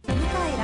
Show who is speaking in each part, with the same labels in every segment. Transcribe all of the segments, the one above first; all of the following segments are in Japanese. Speaker 1: 蘭の調和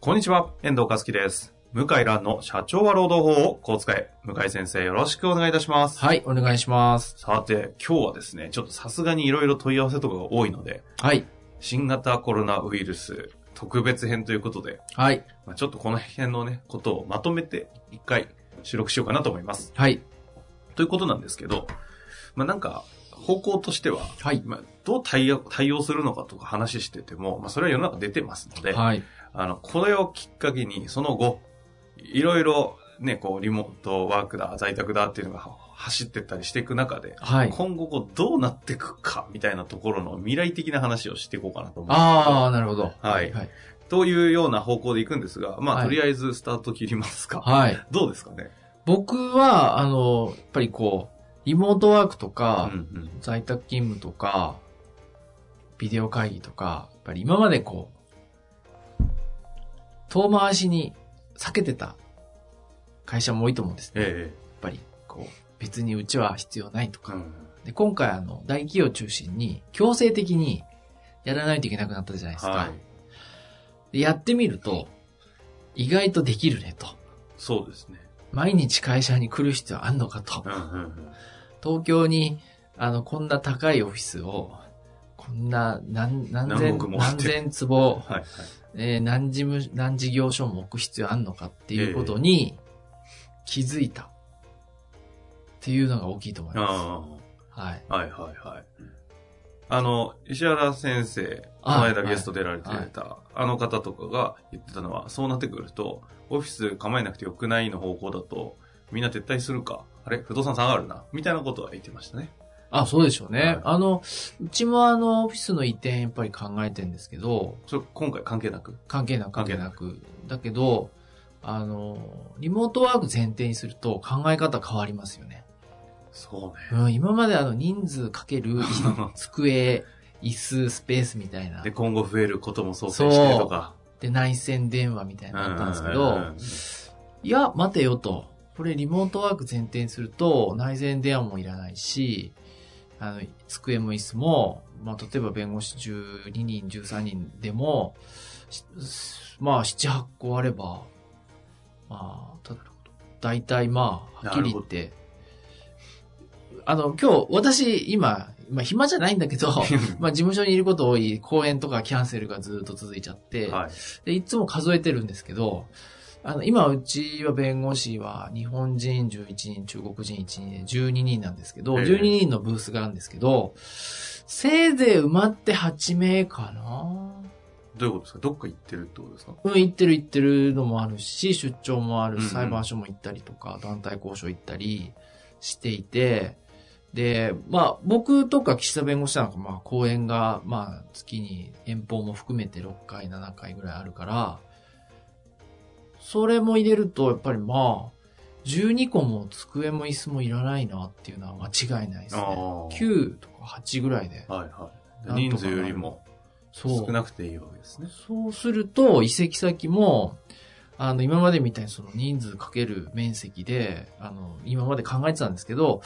Speaker 2: こんにちは、遠藤和樹です。向井蘭の社長は労働法をこう使え。向井先生よろしくお願いいたします。
Speaker 3: はい、お願いします。
Speaker 2: さて、今日はですね、ちょっとさすがにいろいろ問い合わせとかが多いので、
Speaker 3: はい、
Speaker 2: 新型コロナウイルス特別編ということで、
Speaker 3: はい、
Speaker 2: まあ、ちょっとこの辺のね、ことをまとめて一回収録しようかなと思います。
Speaker 3: はい、
Speaker 2: ということなんですけど、まあなんか、方向としては、
Speaker 3: はい、
Speaker 2: まあ、どう対応対応するのかとか話してても、まあ、それは世の中出てますので、
Speaker 3: はい、
Speaker 2: あの、これをきっかけに、その後、いろいろね、こう、リモートワークだ、在宅だっていうのがは走ってったりしていく中で、
Speaker 3: はい。
Speaker 2: 今後こう、どうなっていくか、みたいなところの未来的な話をしていこうかなと思う。
Speaker 3: ああ、なるほど。
Speaker 2: はい
Speaker 3: はい。
Speaker 2: というような方向でいくんですが、まあ、
Speaker 3: はい
Speaker 2: とりあえずスタート切りますか。
Speaker 3: はい。
Speaker 2: どうですかね。
Speaker 3: 僕は、あの、やっぱりこう、リモートワークと
Speaker 2: うん
Speaker 3: か、
Speaker 2: うん。
Speaker 3: 在宅勤務とか、ビデオ会議とか、やっぱり今までこう、遠回しに避けてた会社も多いと思うんですね。やっ
Speaker 2: え
Speaker 3: ぱり、こう、別にうちは必要ないと
Speaker 2: え
Speaker 3: か。
Speaker 2: うん
Speaker 3: で、今回あの、大企業中心に強制的にやらないといけなくなったじゃないですか。
Speaker 2: はい。
Speaker 3: でやってみると、意外とできるねと。
Speaker 2: そうですね。
Speaker 3: 毎日会社に来る必要あんのかと
Speaker 2: う。んうんうん。
Speaker 3: 東京に、あの、こんな高いオフィスを、こんな何、何
Speaker 2: 何
Speaker 3: 千、
Speaker 2: 億もあっ
Speaker 3: 何
Speaker 2: て
Speaker 3: 千坪、
Speaker 2: はいはい。
Speaker 3: えー何事務、何事業所も置く必要あんのかっていうことに気づいた。っていうのが大きいと思いま
Speaker 2: ああ。
Speaker 3: す。はい。
Speaker 2: はいはいはい。あの、石原先生、この
Speaker 3: はい
Speaker 2: 間ゲスト出られてた、あの方とかが言ってたのは、そうなってくると、オフィス構えなくてよくないの方向だと、みんな撤退するか、あれ不動産下がるな、みたいなことは言ってましたね。
Speaker 3: あ、そうでしょうね。
Speaker 2: はい
Speaker 3: あの、うちもあの、オフィスの移転やっぱり考えてんですけど、
Speaker 2: それ、今回関係なく。
Speaker 3: 関係なく、
Speaker 2: 関
Speaker 3: 関
Speaker 2: 係
Speaker 3: 係
Speaker 2: な
Speaker 3: なく。だけど、あの、リモートワーク前提にすると考え方変わりますよね。
Speaker 2: そうね。
Speaker 3: うん、今まであの人数かける机、椅子、スペースみたいな
Speaker 2: で、。今後増えることも想定してとか。
Speaker 3: で、内線電話みたいなのあったんですけ
Speaker 2: ううう
Speaker 3: ど
Speaker 2: ん、
Speaker 3: いや、待てよと。これリモートワーク前提にすると、内線電話もいらないし、あの、机も椅子も、まあ、例えば弁護士12人、13人でも、しまあ、7、8個あれば、まあ、た大体まあ、はっきり言って、あの、今日、私、今、まあ、暇じゃないんだけ ど、まあ、事務所にいること多い、公演とかキャンセルがずっと続いちゃって、
Speaker 2: はい。
Speaker 3: で、いつも数えてるんですけど、あの、今、うちは弁護士は日本人11人、中国人1人で12人なんですけど、
Speaker 2: ええ
Speaker 3: 12人のブースがあるんですけど、せいぜい埋まって8名かな
Speaker 2: どういうことですかどっか行ってるってことですか
Speaker 3: うん、行ってる行ってるのもあるし、出張もあ
Speaker 2: う
Speaker 3: る
Speaker 2: んう
Speaker 3: し、
Speaker 2: ん
Speaker 3: 裁判所も行ったりとか、団体交渉行ったりしていて、で、まあ、僕とか岸田弁護士なんか、まあ、講演が、まあ、月に遠方も含めて6回、7回ぐらいあるから、それも入れると、やっぱりまあ、12個も机も椅子もいらないなっていうのは間違いないです
Speaker 2: あ
Speaker 3: ね。
Speaker 2: ー
Speaker 3: 9とか8ぐらいで。
Speaker 2: はいはい。で
Speaker 3: なんとかなる
Speaker 2: 人数よりも
Speaker 3: そう
Speaker 2: 少。なくていいわけですね。
Speaker 3: そうすると、移籍先も、あの、今までみたいにその人数かける面積で、あの、今まで考えてたんですけど、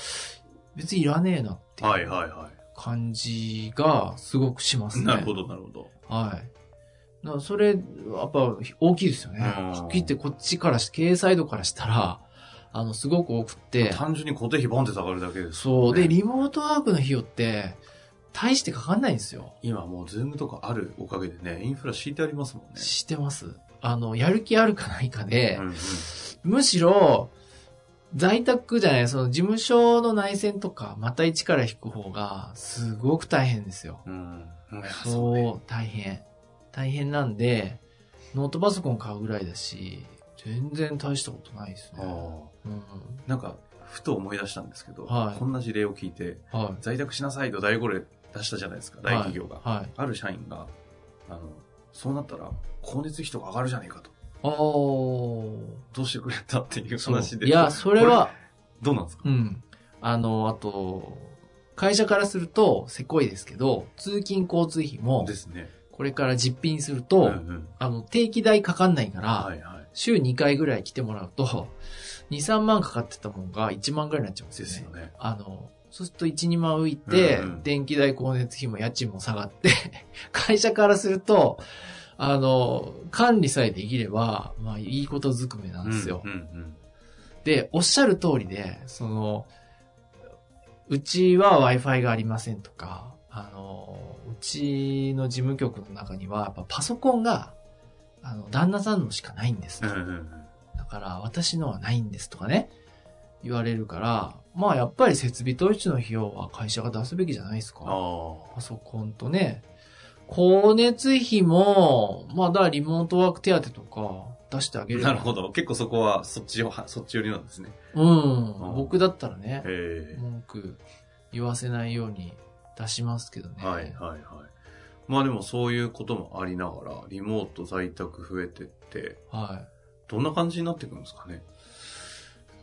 Speaker 3: 別にいらねえなってい
Speaker 2: はいうはいは
Speaker 3: 感じがすごくします
Speaker 2: い。
Speaker 3: ね。
Speaker 2: なるほどなるほど。
Speaker 3: はい。だからそれ、やっぱ大きいですよね。
Speaker 2: うん
Speaker 3: はっきり言ってこっちからし、経営サイドからしたら、あの、すごく多くって、
Speaker 2: 単純に固定費ボンって下がるだけです。
Speaker 3: そう。
Speaker 2: ね
Speaker 3: で、リモートワークの費用って、大してかかんないんですよ。
Speaker 2: 今もうズームとかあるおかげでね、インフラ敷いてありますもんね。
Speaker 3: 知ってます。あの、やる気あるかないかで、
Speaker 2: うんうん
Speaker 3: むしろ、在宅じゃない、その事務所の内線とか、また一から引く方が、すごく大変ですよ。
Speaker 2: うん。うん
Speaker 3: そう、大変。大変なんで、ノートパソコン買うぐらいだし、全然大したことないです
Speaker 2: あ
Speaker 3: ね。
Speaker 2: ー
Speaker 3: うん、
Speaker 2: なんか、ふと思い出したんですけど、
Speaker 3: はい
Speaker 2: こんな事例を聞いて、
Speaker 3: はい。
Speaker 2: 在宅しなさいと大号令出したじゃないですか、大企業が。
Speaker 3: はい。
Speaker 2: ある社員が、あの、そうなったら、光熱費とか上がるじゃねえかと。
Speaker 3: あー
Speaker 2: どうしてくれたっていう
Speaker 3: そう
Speaker 2: 話で。
Speaker 3: いや、それは、
Speaker 2: どうなんですか
Speaker 3: うん。あの、あと、会社からすると、せこいですけど、通勤交通費も
Speaker 2: で、すね。
Speaker 3: これから実費にする
Speaker 2: うん
Speaker 3: と、
Speaker 2: うん。
Speaker 3: あの、定期代かかんないから、
Speaker 2: はいはい。
Speaker 3: 週2回ぐらい来てもらうと、2、3万かかってたもんが1万ぐらいになっちゃうんです
Speaker 2: で
Speaker 3: よね。
Speaker 2: すよね。
Speaker 3: あの、そうすると1、2万浮いて、
Speaker 2: うんうん
Speaker 3: 電気代、光熱費も家賃も下がって、 会社からすると、あの、管理さえできれば、まあ、いいことずくめなんですよ。
Speaker 2: うんうん
Speaker 3: で、おっしゃる通りで、その、うちは Wi-Fi がありませんとか、あの、うちの事務局の中には、やっぱパソコンが、あの、旦那さんのしかないんです
Speaker 2: う
Speaker 3: と
Speaker 2: ん。うんうんうん。
Speaker 3: だから、私のはないんですとかね、言われるから、まあやっぱり設備投資の費用は会社が出すべきじゃないです
Speaker 2: あ
Speaker 3: か。
Speaker 2: あ。
Speaker 3: パソコンとね、光熱費も、まあだからリモートワーク手当とか出してあげる。
Speaker 2: なるほど。結構そこは、そっちを、そっち寄りなんですね。
Speaker 3: うん
Speaker 2: ん。
Speaker 3: 僕だったらね、
Speaker 2: へ
Speaker 3: 文句言わせないように出しますけどね。
Speaker 2: え。はいはいはい。まあでもそういうこともありながら、リモート在宅増えてって、
Speaker 3: はい。
Speaker 2: どんな感じになってくるんですかね。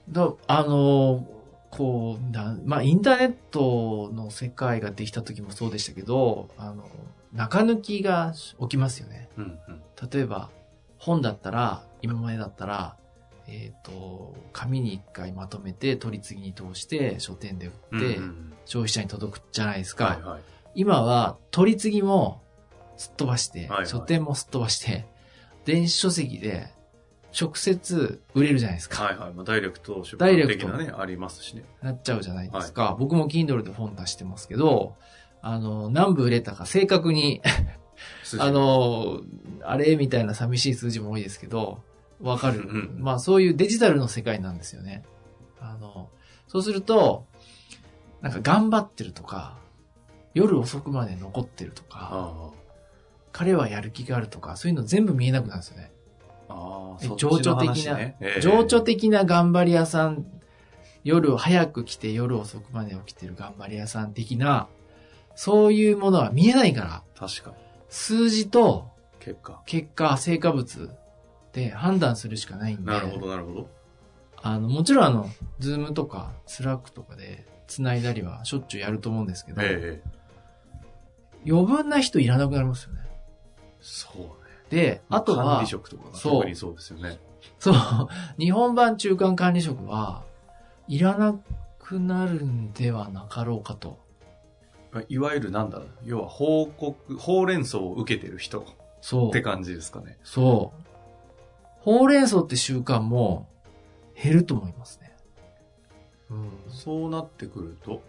Speaker 3: だあのこうだまあインターネットの世界ができた時もそうでしたけどあの中抜きが起きますよね
Speaker 2: うんうん。
Speaker 3: 例えば本だったら今までだったらえっ、と紙に一回まとめて取り次ぎに通して書店で売って、
Speaker 2: うんうん
Speaker 3: 消費者に届くじゃないですか、
Speaker 2: はいはい。
Speaker 3: 今は取り次ぎもすっ飛ばして、
Speaker 2: はいはい
Speaker 3: 書店もすっ飛ばして電子書籍で直接売れるじゃないですか、
Speaker 2: はいはい。まあ、ダイレクト出
Speaker 3: ダイ
Speaker 2: 版
Speaker 3: レク
Speaker 2: 的
Speaker 3: ト
Speaker 2: なね、ありますしね。
Speaker 3: なっちゃうじゃないですか。僕も Kindle で本出してますけど、あの、何部売れたか正 確に、
Speaker 2: 数字
Speaker 3: あ、の、あれみたいな寂しい数字も多いですけど、わかる
Speaker 2: うんうん。
Speaker 3: まあそういうデジタルの世界なんですよね。あの、そうすると、なんか頑張ってるとか、夜遅くまで残ってるとか、
Speaker 2: あ
Speaker 3: 彼はやる気があるとか、そういうの全部見えなくなるんですよね。
Speaker 2: あああ、
Speaker 3: え
Speaker 2: そっちの話ねええ
Speaker 3: 情緒的な頑張り屋さん、夜早く来て夜遅くまで起きてる頑張り屋さん的な、そういうものは見えないから、
Speaker 2: 確かに。
Speaker 3: 数字と
Speaker 2: 結果。
Speaker 3: 結果、成果物で判断するしかないんで、
Speaker 2: なるほど、なるほど。
Speaker 3: あの、もちろんあの、ズームとか、スラックとかで繋いだりはしょっちゅうやると思うんですけど、
Speaker 2: ええ
Speaker 3: 余分な人いらなくなりますよね。
Speaker 2: そうね。
Speaker 3: で、あと
Speaker 2: 管
Speaker 3: は
Speaker 2: 理、職とかが
Speaker 3: そう
Speaker 2: 特にそうですよね。
Speaker 3: そう、 日本版中間管理職は、いらなくなるんではなかろうかと。
Speaker 2: まあいわゆるなんだろう。要は報告、ほうれん草を受けてる人
Speaker 3: そ
Speaker 2: って
Speaker 3: う。
Speaker 2: 感じですかね。
Speaker 3: そう。ほうれん草って習慣も減ると思いますね。うん。
Speaker 2: そうなってくると、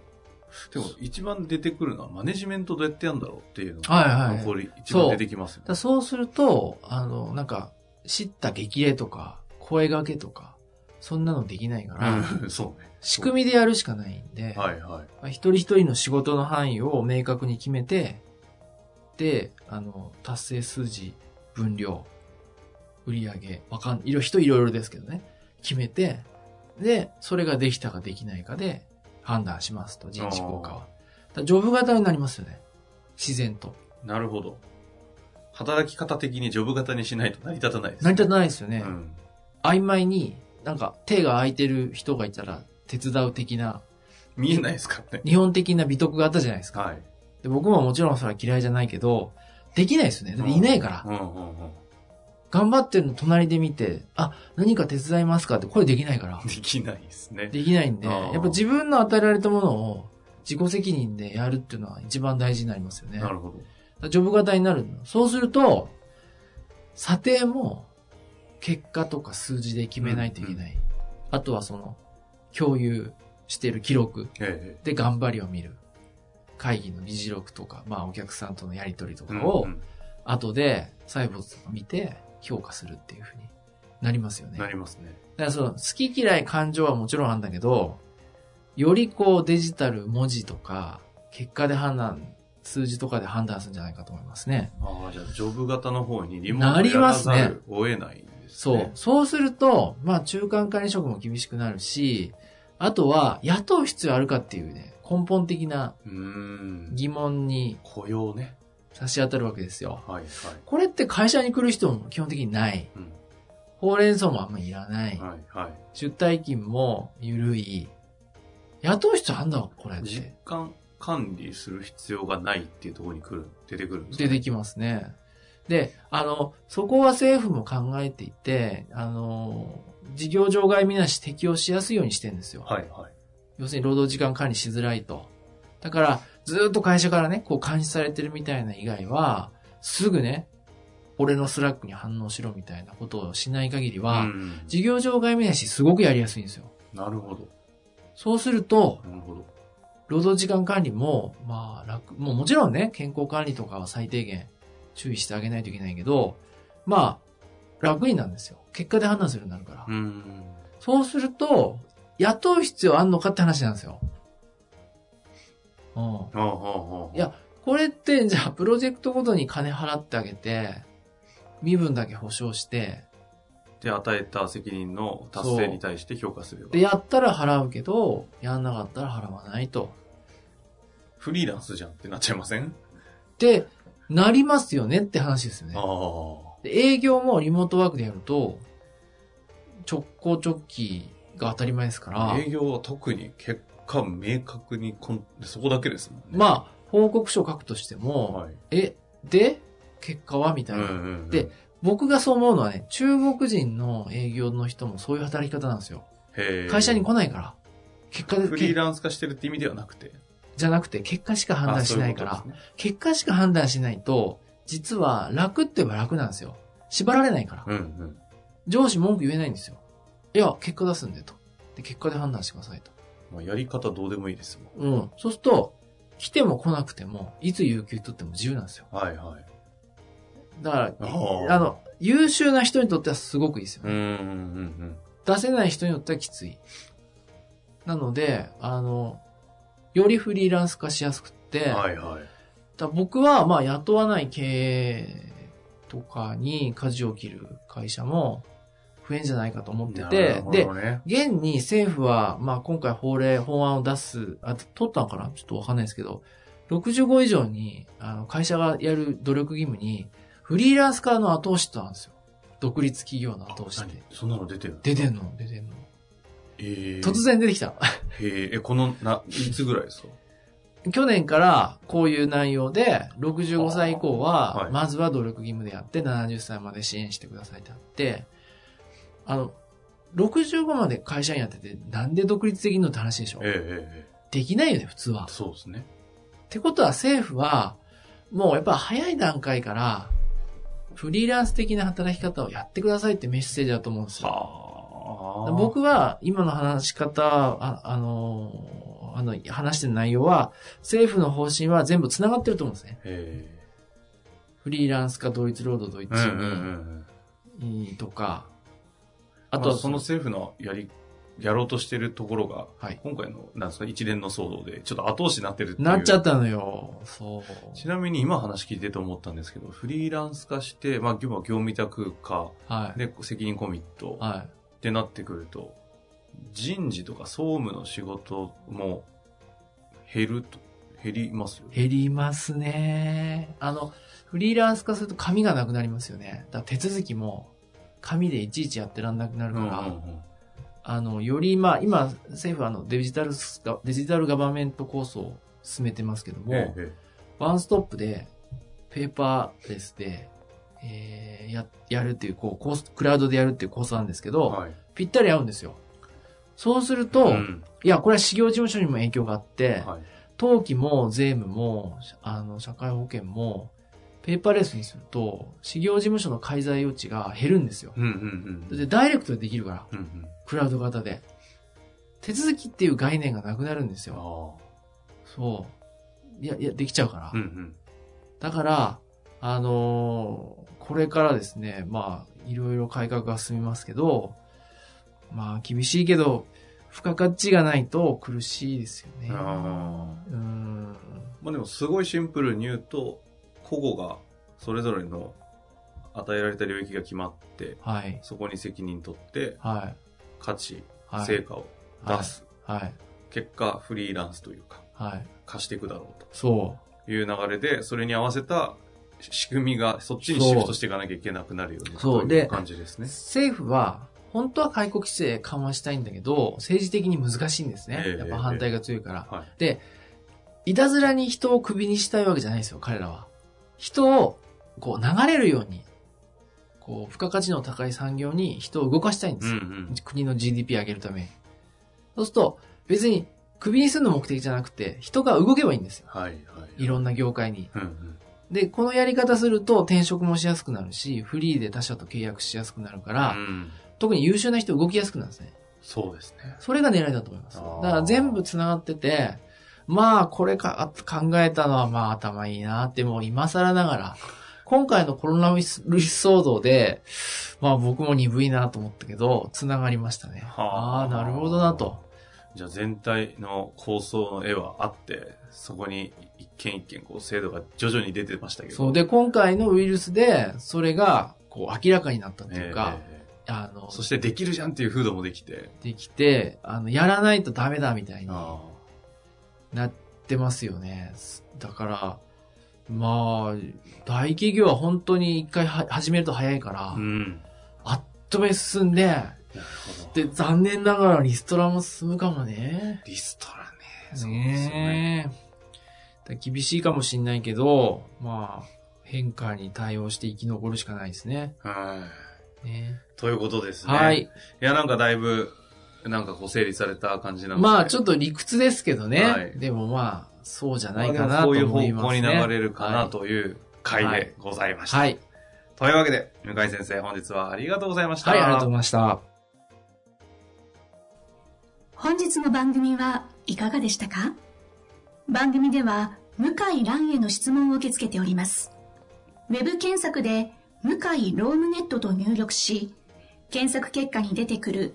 Speaker 2: でも一番出てくるのはマネジメントどうやってやるんだろうっていうのが、
Speaker 3: はいはい。だか
Speaker 2: 残り一番出てきますよ
Speaker 3: ら
Speaker 2: ね。
Speaker 3: そうすると、あの、なんか、知った激励とか、声掛けとか、そんなのできないから、
Speaker 2: うんそうね。
Speaker 3: 仕組みでやるしかないんで、
Speaker 2: はいはい。
Speaker 3: まあ一人一人の仕事の範囲を明確に決めて、で、あの、達成数字、分量、売り上げ、わかん、いろ、人いろいろですけどね、決めて、で、それができたかできないかで判断しますと、人事効果は。だからジョブ型になりますよね。自然と。
Speaker 2: なるほど。働き方的にジョブ型にしないと成り立たないです、
Speaker 3: 成り立たないですよね。
Speaker 2: うん。
Speaker 3: 曖昧に、なんか手が空いてる人がいたら手伝う的な、
Speaker 2: 見えないですからね。
Speaker 3: 日本的な美徳があったじゃないですか。
Speaker 2: はい。
Speaker 3: で僕ももちろんそれは嫌いじゃないけど、できないですよね。だっていないから。
Speaker 2: うんうんうん。
Speaker 3: 頑張ってるの隣で見て、あ、何か手伝いますかって声できな いから。
Speaker 2: できないですね。
Speaker 3: できないんで、
Speaker 2: あ
Speaker 3: や
Speaker 2: ー
Speaker 3: っぱ自分の与えられたものを自己責任でやるっていうのは一番大事になりますよね。
Speaker 2: なるほど。
Speaker 3: ジョブ型になるの。そうすると、査定も結果とか数字で決めないといけない。あとはその、共有している記録
Speaker 2: え
Speaker 3: で頑張りを見る。会議の議事録とか、まあお客さんとのやりとりと
Speaker 2: え
Speaker 3: かを、
Speaker 2: うん
Speaker 3: 後で細胞とか見て評価するっていうふうになりますよ
Speaker 2: う
Speaker 3: ね。
Speaker 2: んな
Speaker 3: だか
Speaker 2: りますね。
Speaker 3: らその好き嫌い感情はもちろんあるんだけど、よりこうデジタル文字とか、結果で判断、数字とかで判断するんじゃないかと思いますね。
Speaker 2: ああ、じゃあ、ジョブ型の方にリモー
Speaker 3: な
Speaker 2: ト
Speaker 3: り
Speaker 2: や
Speaker 3: ま
Speaker 2: ら
Speaker 3: す
Speaker 2: ざ
Speaker 3: ね
Speaker 2: るを得ないんです
Speaker 3: そう
Speaker 2: ね。。
Speaker 3: そうすると、まあ中間管理職も厳しくなるし、あとは、雇う必要あるかっていうね、根本的な
Speaker 2: うーん。
Speaker 3: 疑問に
Speaker 2: 雇用ね。
Speaker 3: 差し当たるわけですよ。
Speaker 2: はいはい。
Speaker 3: これって会社に来る人も基本的にない。
Speaker 2: うん。
Speaker 3: ほうれん草もあんまいらない。
Speaker 2: はいはい。
Speaker 3: 出退勤も緩い。雇う必要あんだこれっ
Speaker 2: 実
Speaker 3: て。
Speaker 2: 感管理する必要がないっていうところに来る、出てくるんです
Speaker 3: 出てきますね。で、あの、そこは政府も考えていて、あの、事業場外みなし適用しやすいようにしてるんですよ。
Speaker 2: はいはい。
Speaker 3: 要するに労働時間管理しづらいと。だから、ずーっと会社からね、こう監視されてるみたいな以外は、すぐね、俺のスラックに反応しろみたいなことをしない限りは、
Speaker 2: うん
Speaker 3: 事業場外見なしすごくやりやすいんですよ。
Speaker 2: なるほど。
Speaker 3: そうすると、
Speaker 2: なるほど。
Speaker 3: 労働時間管理も、まあ楽、もうもちろんね、健康管理とかは最低限注意してあげないといけないけど、まあ、楽になるんですよ。結果で判断するようになるから。
Speaker 2: うーん。
Speaker 3: そうすると、雇う必要あんのかって話なんですよ。うん。
Speaker 2: ああ、ああ、ああ。
Speaker 3: いやこれって、じゃあ、プロジェクトごとに金払ってあげて、身分だけ保証して、
Speaker 2: で、与えた責任の達成に対して評価すれば
Speaker 3: で、。やったら払うけど、やんなかったら払わないと。
Speaker 2: フリーランスじゃんってなっちゃいません
Speaker 3: で、なりますよねって話ですよね
Speaker 2: あ。あ。
Speaker 3: で営業もリモートワークでやると、直行直帰が当たり前ですから、
Speaker 2: 営業は特に結果明確にこん、そこだけですもんね。
Speaker 3: まあ、報告書を書くとして
Speaker 2: あ
Speaker 3: も、
Speaker 2: はい。
Speaker 3: え、で、結果はみた
Speaker 2: う
Speaker 3: い
Speaker 2: んう
Speaker 3: な。
Speaker 2: んうん。
Speaker 3: で、僕がそう思うのはね、中国人の営業の人もそういう働き方なんですよ。
Speaker 2: へー
Speaker 3: 会社に来ないから。結果で、
Speaker 2: フリーランス化してるって意味ではなくて。
Speaker 3: じゃなくて、結果しか判断しないから、
Speaker 2: あそういうことですね
Speaker 3: 結果しか判断しないと、実は楽って言えば楽なんですよ。縛られないから。
Speaker 2: うんうん。
Speaker 3: 上司文句言えないんですよ。いや、結果出すんでと。で、結果で判断してくださいと。
Speaker 2: まあ、やり方どうでもいいですも
Speaker 3: うん。そうすると、来ても来なくても、いつ有給取っても自由なんですよ。
Speaker 2: ん。はいはい。
Speaker 3: だから、
Speaker 2: ああ
Speaker 3: あの、優秀な人にとってはすごくいいですよね
Speaker 2: うんうんうん
Speaker 3: 出せない人によってはきつい。なので、あの、よりフリーランス化しやすくって、
Speaker 2: うん。はいはい。
Speaker 3: だ僕は、まあ、雇わない経営とかに舵を切る会社も増えんじゃないかと思って
Speaker 2: なる
Speaker 3: て、
Speaker 2: ほ
Speaker 3: で
Speaker 2: ど、ね、
Speaker 3: 現に政府は、まあ、今回法令、法案を出す、あ、取ったのかなちょっとわかんないですけど、65以上に、あの、会社がやる努力義務に、フリーランス化の後押しとなんですよ。独立企業の後押しって
Speaker 2: 何。そんなの出てる
Speaker 3: 出てんの出てんの
Speaker 2: えー、
Speaker 3: 突然出てきた。
Speaker 2: へーえ、この、な、いつぐらいですか
Speaker 3: 去年からこういう内容で、65歳以降
Speaker 2: あは
Speaker 3: は、
Speaker 2: い
Speaker 3: まずは努力義務でやって、70歳まで支援してくださいってあって、あの、65まで会社員やってて、なんで独立できるのって話でしょ
Speaker 2: えええ
Speaker 3: できないよね、普通は
Speaker 2: え。そうですね。
Speaker 3: ってことは政府は、もうやっぱ早い段階から、フリーランス的な働き方をやってくださいってメッセージだと思うんですよ。
Speaker 2: はあ。
Speaker 3: 僕は今の話し方、ああのー、あの、話してる内容は、政府の方針は全部繋がってると思うんですね。
Speaker 2: へ
Speaker 3: フリーランスか同一労働同一
Speaker 2: え。うんうんうん。
Speaker 3: にとか、
Speaker 2: あ
Speaker 3: あ
Speaker 2: と
Speaker 3: と
Speaker 2: は
Speaker 3: は
Speaker 2: その、政府のやり、やろうとしてるところが、
Speaker 3: はい。
Speaker 2: 今回の、なんですか、一連の騒動で、ちょっと後押しになってるっていう。
Speaker 3: なっちゃったのよ。そう。
Speaker 2: ちなみに今話聞いてて思ったんですけど、フリーランス化して、まあ、業務委託化
Speaker 3: はい。
Speaker 2: で責任コミット
Speaker 3: は
Speaker 2: ってなってくると、人事とか総務の仕事も減ると、減りますよ
Speaker 3: い。減りますね。あの、フリーランス化すると紙がなくなりますよね。だから手続きも、紙でいちいちやってらんなくなる
Speaker 2: う
Speaker 3: か
Speaker 2: んうん
Speaker 3: ら、
Speaker 2: うん
Speaker 3: あの、より、まあ、今、政府はあのデジタルスカ、デジタルガバメント構想を進めてますけども、
Speaker 2: ええ
Speaker 3: ワンストップで、ペーパーレスで、えー、や、やるっていう、こう、コース、クラウドでやるっていうコースなんですけど、
Speaker 2: はい。
Speaker 3: ぴったり合うんですよ。そうすると、
Speaker 2: うん
Speaker 3: いや、これは事業事務所にも影響があって、
Speaker 2: はい
Speaker 3: 登記も税務も、あの、社会保険も、ペーパーレスにすると、事業事務所の介在余地が減るんですよ。
Speaker 2: うんうんうん
Speaker 3: で、ダイレクトでできるから、
Speaker 2: うんうん
Speaker 3: クラウド型で。手続きっていう概念がなくなるんです
Speaker 2: あ
Speaker 3: よ。
Speaker 2: あ
Speaker 3: そう。いや、いや、できちゃうから。
Speaker 2: うんうん
Speaker 3: だから、あのーこれからですね、まあ、いろいろ改革が進みますけど、まあ、厳しいけど、付加価値がないと苦しいですよね。
Speaker 2: あ
Speaker 3: うーん。
Speaker 2: まあでもすごいシンプルに言うと、個々がそれぞれの与えられた領域が決まって、
Speaker 3: はい。
Speaker 2: そこに責任取って
Speaker 3: はい。
Speaker 2: 価値、
Speaker 3: はい。
Speaker 2: 成果を出す。
Speaker 3: はい。
Speaker 2: 結果フリーランスというか
Speaker 3: はい。
Speaker 2: 貸していくだろう
Speaker 3: そ
Speaker 2: という流れでそれに合わせた仕組みがそっちにシフトしていかなきゃいけなくなるよね
Speaker 3: そう
Speaker 2: とい
Speaker 3: で
Speaker 2: う感じです
Speaker 3: う。
Speaker 2: ね。
Speaker 3: 政府は、本当は解雇規制緩和したいんだけど、政治的に難しいんですね。
Speaker 2: ええ
Speaker 3: やっぱ反対が強いから。
Speaker 2: はい
Speaker 3: たずらに人をクビにしたいわけじゃないですよ、彼らは。人を、こう、流れるように、こう、付加価値の高い産業に人を動かしたいんで
Speaker 2: い。う
Speaker 3: す
Speaker 2: んう
Speaker 3: よ。
Speaker 2: ん。
Speaker 3: 国の GDP 上げるために。そうすると、別に、クビにするの目的じゃなくて、人が動けばいいんですよ。
Speaker 2: はいはい。
Speaker 3: いろんな業界に。
Speaker 2: うんうん。
Speaker 3: で、このやり方すると転職もしやすくなるし、フリーで他社と契約しやすくなるから、
Speaker 2: うん
Speaker 3: 特に優秀な人動きやすくなるんですね。
Speaker 2: そうですね。
Speaker 3: それが狙いだと思います。
Speaker 2: あ
Speaker 3: だ
Speaker 2: ー
Speaker 3: から全部繋がってて、まあこれかあ考えたのはまあ頭いいなってもう今更ながら、今回のコロナウイルス騒動で、まあ僕も鈍いなと思ったけど、繋がりましたね。
Speaker 2: はあ
Speaker 3: ああー、なるほどなと。
Speaker 2: じゃあ全体の構想の絵はあって、そこに一件一件こう精度が徐々に出てましたけど。
Speaker 3: そう。で、今回のウイルスで、それが、こう明らかになったって
Speaker 2: ええ
Speaker 3: いうか、
Speaker 2: ええ
Speaker 3: あの、
Speaker 2: そしてできるじゃんっていう風土もできて。
Speaker 3: できて、あの、やらないとダメだみたいにな
Speaker 2: あ
Speaker 3: ってますよね。だから、まあ、大企業は本当に一回は始めると早いから、
Speaker 2: あ。うん。
Speaker 3: あっとめ進んで、
Speaker 2: なるほど。
Speaker 3: で、残念ながらリストラも進むかもね。
Speaker 2: リストラね。そうですよね。
Speaker 3: ねえ。だから厳しいかもしんないけど、まあ、変化に対応して生き残るしかないですね。
Speaker 2: はい。
Speaker 3: ね
Speaker 2: ということですね。
Speaker 3: はい。。
Speaker 2: いや、なんかだいぶ、なんかこう整理された感じなので。
Speaker 3: まあ、ちょ
Speaker 2: っ
Speaker 3: っと理屈ですけどね。
Speaker 2: はい
Speaker 3: でもまあ、そうじゃ
Speaker 2: と
Speaker 3: ないかなと思いますね。
Speaker 2: こういう方向に流れるか
Speaker 3: は
Speaker 2: ないという回
Speaker 3: は
Speaker 2: で
Speaker 3: い
Speaker 2: ございました。
Speaker 3: はい。
Speaker 2: というわけで、向井先生、本日はありがとうございました。
Speaker 3: はい、ありがとうございました。
Speaker 4: 本日の番組はいかがでしたか番組では向井蘭への質問を受け付けておりますウェブ検索で「向井ロームネット」と入力し検索結果に出てくる